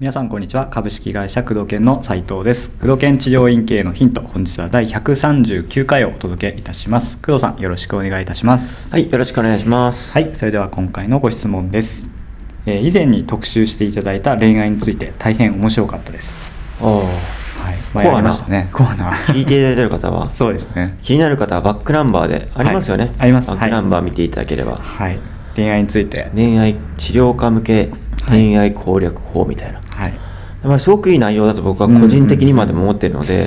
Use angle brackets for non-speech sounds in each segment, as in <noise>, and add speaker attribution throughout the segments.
Speaker 1: 皆さんこんにちは株式会社工藤研の斉藤です工藤研治療院経営のヒント本日は第139回をお届けいたします工藤さんよろしくお願いいたします
Speaker 2: はい、よろしくお願いします。
Speaker 1: はい、それでは今回のご質問です。えー以前に特集していただいた恋愛について大変面白かったです。
Speaker 2: おー
Speaker 1: はい、
Speaker 2: コ
Speaker 1: や
Speaker 2: アな
Speaker 1: りましたね。コアな。、
Speaker 2: 聞いていただいてる方は
Speaker 1: <laughs> そうですね。
Speaker 2: 気になる方はバックナンバーでありますよね。
Speaker 1: はいあります
Speaker 2: バックナンバー見ていただければ。
Speaker 1: はい、恋愛について。
Speaker 2: 恋愛治療家向け
Speaker 1: はい
Speaker 2: 恋愛攻略法みたいな。
Speaker 1: はい。
Speaker 2: まあ、すごくいい内容だと僕は個人的に今でも思っているの
Speaker 1: <laughs>
Speaker 2: で、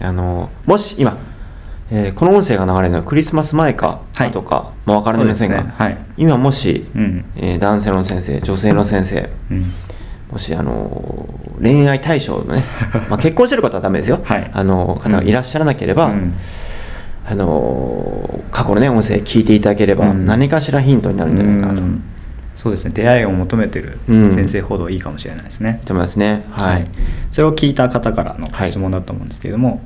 Speaker 2: あのもし今、えーこの音声が流れるのはクリスマス前か
Speaker 1: はい
Speaker 2: 後か、まあ、分からませんが、
Speaker 1: そうですねはい
Speaker 2: 今もし、
Speaker 1: うん
Speaker 2: えー男性の先生女性の先生、
Speaker 1: うん。
Speaker 2: もし、あのー恋愛対象
Speaker 1: <laughs>
Speaker 2: のね、まあ、結婚してる方はダメですよ、
Speaker 1: はい
Speaker 2: あのー方がいらっしゃらなければ、
Speaker 1: うん
Speaker 2: あのー過去の、ね、音声聞いていただければ、
Speaker 1: うん
Speaker 2: 何かしらヒントになるんじゃないかなと
Speaker 1: う
Speaker 2: 思
Speaker 1: んそうですね。出会いを求めてる
Speaker 2: うん
Speaker 1: 先生ほどいいかもしれないですね。
Speaker 2: いますね。はい
Speaker 1: それを聞いた方からの質問だと思うんですけれども、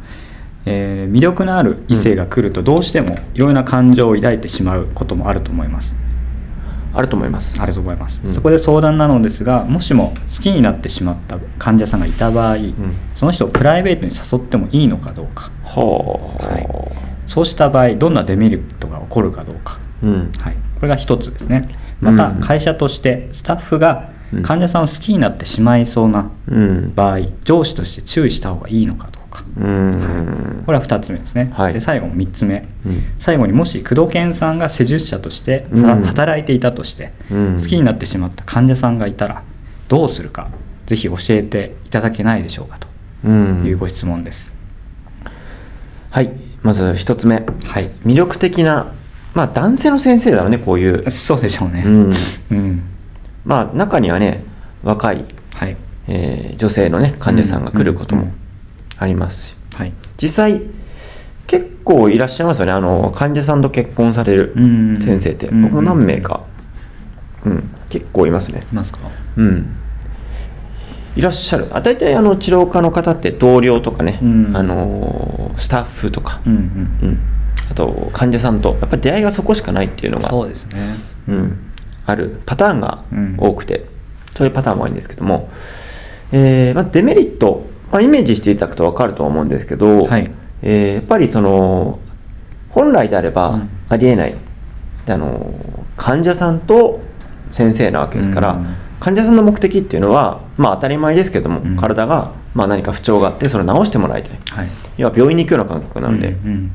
Speaker 1: えー魅力のある異性が来るとどうしてもいろいろな感情を抱いてしまうこともあると思います。
Speaker 2: あると思います。
Speaker 1: あると思います、
Speaker 2: うん
Speaker 1: そこで相談なのですがもしも好きになってしまった患者さんがいた場合、その人をプライベートに誘ってもいいのかどうか
Speaker 2: ほう、
Speaker 1: はいそうした場合どんなデメリットが起こるかどうか、
Speaker 2: うん
Speaker 1: はい、これが一つですねまた
Speaker 2: うん
Speaker 1: 会社としてスタッフが
Speaker 2: うん
Speaker 1: 患者さんを好きになってしまいそうな
Speaker 2: うん
Speaker 1: 場合上司として注意した方がいいのかどうか、
Speaker 2: うん
Speaker 1: はいこれは2つ目ですね、
Speaker 2: はい
Speaker 1: で最後3つ目、
Speaker 2: うん
Speaker 1: 最後にもし工藤健さんが施術者として
Speaker 2: うん
Speaker 1: 働いていたとして、
Speaker 2: うん
Speaker 1: 好きになってしまった患者さんがいたらどうするかぜひ教えていただけないでしょうか
Speaker 2: う
Speaker 1: と
Speaker 2: ん
Speaker 1: いうご質問です、
Speaker 2: はいまず一つ目、
Speaker 1: はい
Speaker 2: 魅力的なまあ男性の先生だろうねこういう、
Speaker 1: そうでしょうね
Speaker 2: うん
Speaker 1: うん
Speaker 2: まあ中にはね若い、
Speaker 1: はい
Speaker 2: えー女性のね患者さんが来ること
Speaker 1: うん
Speaker 2: も
Speaker 1: うん
Speaker 2: ありますし
Speaker 1: はい
Speaker 2: 実際結構いらっしゃいますよねあの患者さんと結婚される
Speaker 1: うん
Speaker 2: 先生って、
Speaker 1: うん
Speaker 2: 僕も何名か、うん、結構いますね
Speaker 1: いますか
Speaker 2: うんいらっしゃるあ大体あの治療科の方って同僚とかね、
Speaker 1: うん
Speaker 2: あのースタッフとか、
Speaker 1: うんうん
Speaker 2: うんあと患者さんとやっぱり出会いがそこしかないっていうのが
Speaker 1: そうですね
Speaker 2: うん、あるパターンが
Speaker 1: うん
Speaker 2: 多くて、そういうパターンも多いんですけども、えーまずデメリット、まあ、イメージしていただくと分かるとは思うんですけど、
Speaker 1: はい
Speaker 2: えーやっぱりその本来であれ
Speaker 1: う
Speaker 2: ば
Speaker 1: ん
Speaker 2: ありえない、あの患者さんと先生なわけですから、
Speaker 1: うん
Speaker 2: 患者さんの目的っていうのは、まあ、当たり前ですけども、
Speaker 1: うん
Speaker 2: 体が、まあ、何か不調があってそれを治してもらいたい
Speaker 1: はい
Speaker 2: 要は病院に行くような感覚なので。
Speaker 1: うんうん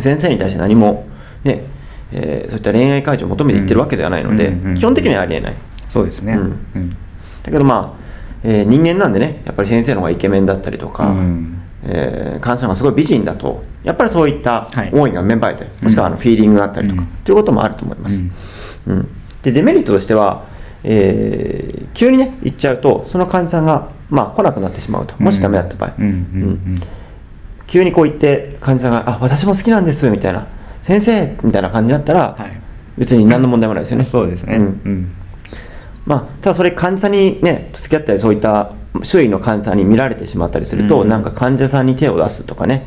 Speaker 2: 先生に対して何も、ねえーそういった恋愛解除を求めていってるわけではないので、
Speaker 1: うんうんうん
Speaker 2: 基本的にはありえない
Speaker 1: そうですね
Speaker 2: うん
Speaker 1: うん
Speaker 2: だけどまあ、えー人間なんでねやっぱり先生の方がイケメンだったりとか、
Speaker 1: うん
Speaker 2: えー患者さんがすごい美人だとやっぱりそういった
Speaker 1: はい
Speaker 2: 思いが芽生えたり、もしくはあの
Speaker 1: うん
Speaker 2: フィーリングがあったりとか、
Speaker 1: うん
Speaker 2: ということもあると思います、
Speaker 1: うん
Speaker 2: うんでデメリットとしては、えー急にね行っちゃうとその患者さんが、まあ、来なくなってしまうともしダメだった場合、
Speaker 1: うんうんうんうん
Speaker 2: 急にこう言って患者さんが「あ私も好きなんです」みたいな「先生」みたいな感じだったら、
Speaker 1: はい
Speaker 2: 別に何の問題もないですよね
Speaker 1: そうですね
Speaker 2: う
Speaker 1: うんん
Speaker 2: まあ、ただそれ患者さんにね付き合ったりそういった周囲の患者さんに見られてしまったりすると、
Speaker 1: うん
Speaker 2: なんか患者さんに手を出すとかね、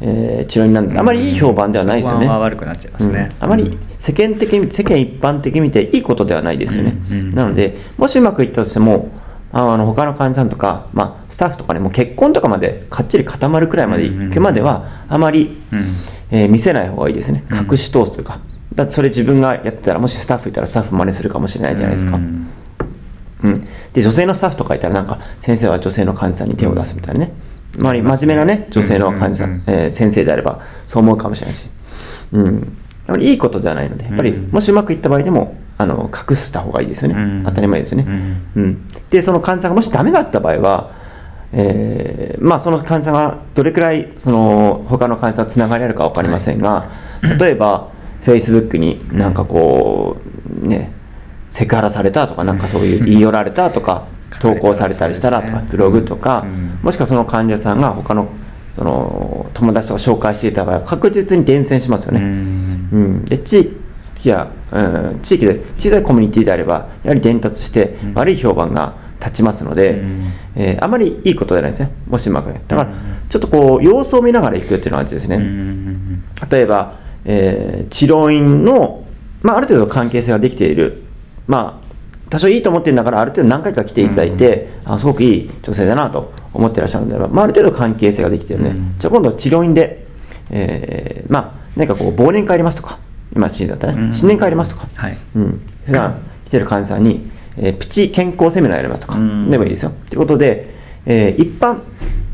Speaker 2: えー治療になるんであまりいい評判ではないですよね、
Speaker 1: 評判は悪くなっちゃいますね
Speaker 2: うんあまり世間的に世間一般的に見ていいことではないですよね、
Speaker 1: うんうん
Speaker 2: なのでもしうまくいったとしてもああの他の患者さんとか、まあ、スタッフとかねもう結婚とかまでかっちり固まるくらいまでいくまではあまり、
Speaker 1: うん
Speaker 2: えー見せない方がいいですね
Speaker 1: うん
Speaker 2: 隠し通すというか、だってそれ自分がやってたらもしスタッフいたらスタッフ真似するかもしれないじゃないですか、
Speaker 1: うん
Speaker 2: うん、で女性のスタッフとかいたらなんか先生は女性の患者さんに手を出すみたいなね、まあ、真面目なね女性の患者さん、
Speaker 1: うんうん
Speaker 2: えー先生であればそう思うかもしれないし、うん、やっぱりいいことではないのでやっぱり
Speaker 1: うん
Speaker 2: もしうまくいった場合でもあの隠した方がいいですよね、
Speaker 1: うん
Speaker 2: 当たり前ですよね、うんでその患者さんがもしダメだった場合はえーまあ、その患者さんがどれくらいその他の患者さんとつながりあるか分かりませんが、例えば、フェイスブックになんかこう、ね、セクハラされたとか、なんかそういう言い寄られたとか、
Speaker 1: 書か
Speaker 2: 投
Speaker 1: れてます
Speaker 2: 稿されたりしたらと
Speaker 1: そう
Speaker 2: か
Speaker 1: です、ね
Speaker 2: ブログとか、
Speaker 1: うん
Speaker 2: もしくはその患者さんが他のその友達とか紹介していた場合は、確実に伝染しますよ
Speaker 1: う
Speaker 2: ね。
Speaker 1: ん
Speaker 2: うん、で地域や、うん、地域で小さいコミュニティであればやはり伝達して
Speaker 1: うん
Speaker 2: 悪い評判が立ちますので、
Speaker 1: うん
Speaker 2: えーあまりいいことじゃないですねもしうまくねだから
Speaker 1: うん
Speaker 2: ちょっとこう様子を見ながら行くっていうのが大事ですね、
Speaker 1: うん
Speaker 2: 例えば、えー治療院の、まあ、ある程度関係性ができている、まあ、多少いいと思ってるんだから、ある程度何回か来ていただいて、あすごくいい女性だなと思ってらっしゃるのであれば、まあ、ある程度関係性ができてるね、
Speaker 1: うん
Speaker 2: じゃあ今度は治療院で、えーまあ、何かこう忘年会ありますとか、今、新年だった
Speaker 1: う
Speaker 2: ね、
Speaker 1: ん
Speaker 2: 新年会ありますとか、
Speaker 1: はい
Speaker 2: うん、普段来てる患者さんに、えープチ健康セミナーやりますとか、
Speaker 1: うん
Speaker 2: でもいいですよ。ということで、えー一般、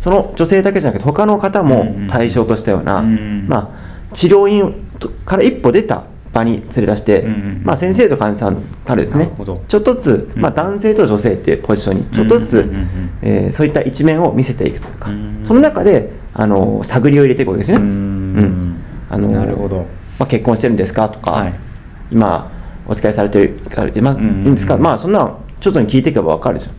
Speaker 2: その女性だけじゃなくて、他の方も対象としたような、
Speaker 1: うん
Speaker 2: まあ、治療院とから一歩出た場に連れ出して、
Speaker 1: うん
Speaker 2: まあ、先生と患者さんからです
Speaker 1: な
Speaker 2: ね
Speaker 1: るほど
Speaker 2: ちょっとずつ、
Speaker 1: うん
Speaker 2: まあ、男性と女性っていうポジションにちょっとずつ、
Speaker 1: うんうんうんうん
Speaker 2: えーそういった一面を見せていくというか、
Speaker 1: うん
Speaker 2: その中であの探りを入れていくわけですね。
Speaker 1: うん
Speaker 2: あの
Speaker 1: なるほど
Speaker 2: まあ、結婚してるんですかとか、
Speaker 1: はい
Speaker 2: 今お付き合いされています、
Speaker 1: うんうんうん
Speaker 2: いいんですか、まあ、そんなのちょっとに聞いていけば分かるでしょ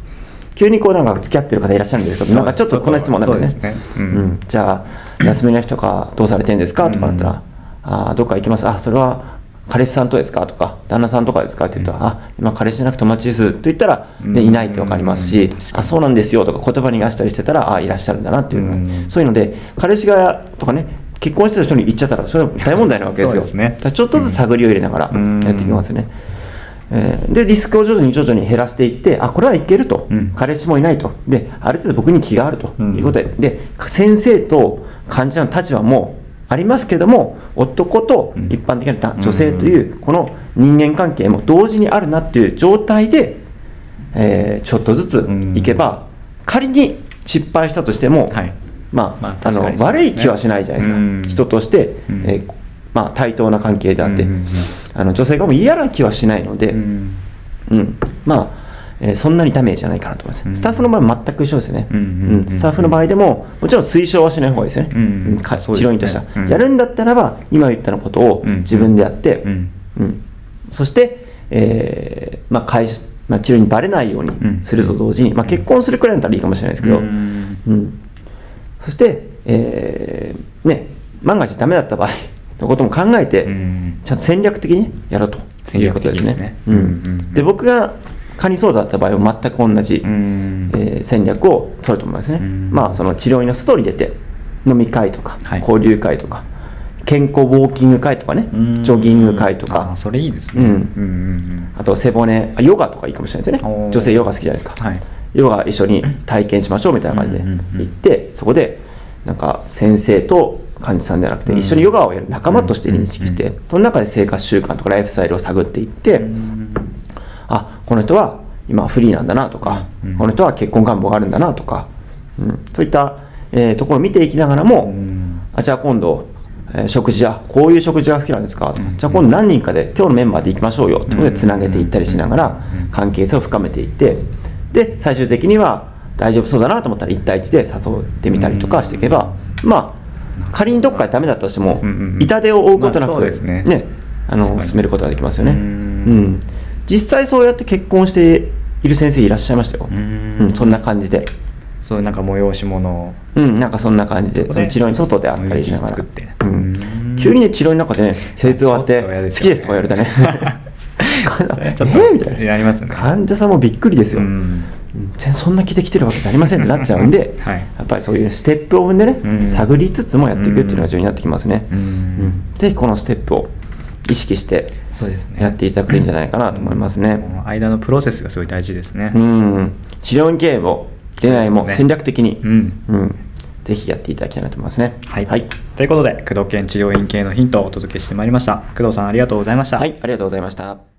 Speaker 2: 急にこうなんか付き合ってる方いらっしゃるんですけどなんかちょっとこの質問なんです
Speaker 1: そう
Speaker 2: ね
Speaker 1: ですね
Speaker 2: う
Speaker 1: うんん
Speaker 2: じゃあ休みの日とかどうされてるんですかとかだったら、
Speaker 1: うんうん
Speaker 2: あーどっか行きますあそれは彼氏さんとですかとか旦那さんとかですかって言ったら、
Speaker 1: うん
Speaker 2: あ今彼氏じゃなく友達ですと言ったら、ね
Speaker 1: うん
Speaker 2: いないって分かりますし、
Speaker 1: うん確かに
Speaker 2: あそうなんですよとか言葉に出したりしてたらあいらっしゃるんだなっていうのが、
Speaker 1: うん
Speaker 2: そういうので彼氏がとかね結婚してる人に言っちゃったらそれは大問題なわけです
Speaker 1: そ
Speaker 2: よ
Speaker 1: うですね
Speaker 2: だからちょっとずつ探りを入れながら
Speaker 1: うん
Speaker 2: やっていきますね、えーでリスクを徐々に徐々に減らしていってあこれはいけると、
Speaker 1: うん
Speaker 2: 彼氏もいないとである程度僕に気があると
Speaker 1: うん
Speaker 2: いうことで,、で先生と患者の立場もありますけども男と
Speaker 1: うん
Speaker 2: 一般的な男女性というこの人間関係も同時にあるなっていう状態で、えーちょっとずついけば、仮に失敗したとしても、
Speaker 1: はい
Speaker 2: まあ
Speaker 1: まあ
Speaker 2: あの
Speaker 1: 確かにそう
Speaker 2: 悪
Speaker 1: ですね
Speaker 2: い気はしないじゃないですか、
Speaker 1: うん
Speaker 2: 人として、
Speaker 1: うん
Speaker 2: えーまあ、対等な関係であって、
Speaker 1: うんうんうん
Speaker 2: あの女性がもう嫌な気はしないので、
Speaker 1: うん
Speaker 2: うんまあ、えーそんなにダメージじゃないかなと思います、
Speaker 1: うん
Speaker 2: スタッフの場合は全く一緒ですね、
Speaker 1: うんうんうん
Speaker 2: うんスタッフの場合でも、もちろん推奨はしない方がいいですよね、
Speaker 1: うんうん
Speaker 2: か治
Speaker 1: そうです
Speaker 2: 療
Speaker 1: ね
Speaker 2: 院としては、
Speaker 1: うん
Speaker 2: やるんだったらば、今言ったのことを
Speaker 1: うん
Speaker 2: 自分でやって、
Speaker 1: うん
Speaker 2: うんそして、えーまあ、会社、まあ、治療院にばれないようにすると同時に、まあ、結婚するくらいだったらいいかもしれないですけど、
Speaker 1: うん
Speaker 2: うんそして、えーね、万が一ダメだった場合のことも考えて、
Speaker 1: うん
Speaker 2: ちゃんと戦略的にやろうということですね。
Speaker 1: 戦略的ですね
Speaker 2: うん
Speaker 1: うんうん
Speaker 2: で僕が仮にそうだった場合は全く同じ、
Speaker 1: うん
Speaker 2: えー戦略を取ると思いますね。
Speaker 1: うん
Speaker 2: まあその治療院の外に出て飲み会とか、
Speaker 1: はい
Speaker 2: 交流会とか健康ウォーキング会とかね
Speaker 1: うん
Speaker 2: ジョギング会と
Speaker 1: あ
Speaker 2: か
Speaker 1: ーそれいいですね
Speaker 2: うん
Speaker 1: うんうん
Speaker 2: あと背骨あヨガとかいいかもしれないですよ
Speaker 1: お
Speaker 2: ね
Speaker 1: ー
Speaker 2: 女性ヨガ好きじゃないですか、
Speaker 1: はい
Speaker 2: ヨガ一緒に体験しましょうみたいな感じで
Speaker 1: うんうんうん
Speaker 2: 行ってそこでなんか先生と患者さんではなくて
Speaker 1: うん
Speaker 2: 一緒にヨガをやる仲間として認識して
Speaker 1: うんうん
Speaker 2: その中で生活習慣とかライフスタイルを探っていって
Speaker 1: うん
Speaker 2: あこの人は今フリーなんだなとか
Speaker 1: うん
Speaker 2: この人は結婚願望があるんだなとか、うん、そういった、えーところを見ていきながらも
Speaker 1: うん
Speaker 2: あじゃあ今度、えー食事はこういう食事が好きなんですかとか、
Speaker 1: うん
Speaker 2: じゃあ今度何人かで今日のメンバーで行きましょうよってことでつなげていったりしながら
Speaker 1: うん
Speaker 2: 関係性を深めていってで最終的には大丈夫そうだなと思ったら1対1で誘ってみたりとかしていけば、まあ仮にどっかでダメだったとしても、
Speaker 1: うんうんうん
Speaker 2: 痛手を負うことなく、
Speaker 1: まあそうですね
Speaker 2: あ
Speaker 1: 確
Speaker 2: の
Speaker 1: かに
Speaker 2: 進めることができますよね、
Speaker 1: うん
Speaker 2: うん実際そうやって結婚している先生いらっしゃいましたよ、
Speaker 1: うん
Speaker 2: うんそんな感じで。
Speaker 1: そういうなんか催し物を
Speaker 2: うん、なんかそんな感じで、
Speaker 1: そこ
Speaker 2: そ
Speaker 1: で
Speaker 2: の治療院外であったりしながら、
Speaker 1: 思いっきり作
Speaker 2: う
Speaker 1: って
Speaker 2: ん
Speaker 1: うん
Speaker 2: 急にね、治療院の中でね、施術終わって、
Speaker 1: ちょっと嫌
Speaker 2: 好
Speaker 1: ですよ
Speaker 2: きで
Speaker 1: ね、
Speaker 2: すとか言われたね
Speaker 1: <laughs> ちょっと
Speaker 2: <laughs> えーみたいな、
Speaker 1: やりますよね
Speaker 2: 患者さんもびっくりですよ、
Speaker 1: う、
Speaker 2: うんんそんな着てきてるわけじゃありませんってなっちゃうんで
Speaker 1: はい
Speaker 2: やっぱりそういうステップを踏んでね、
Speaker 1: うん
Speaker 2: 探りつつもやっていくっていうのが重要になってきますね、
Speaker 1: うん
Speaker 2: うんぜひこのステップを意識して
Speaker 1: そうですね
Speaker 2: やっていただくといいんじゃないかなと思いますね。
Speaker 1: この間のプロセスがすごい大事ですね
Speaker 2: うん、治療院経営も恋愛
Speaker 1: そう
Speaker 2: も
Speaker 1: ですね
Speaker 2: 戦略的に、
Speaker 1: うん
Speaker 2: うんぜひやっていただきたいなと思いますね。
Speaker 1: はい、
Speaker 2: はい、
Speaker 1: ということで工藤研治療院系のヒントをお届けしてまいりました工藤さんありがとうございました
Speaker 2: はいありがとうございました。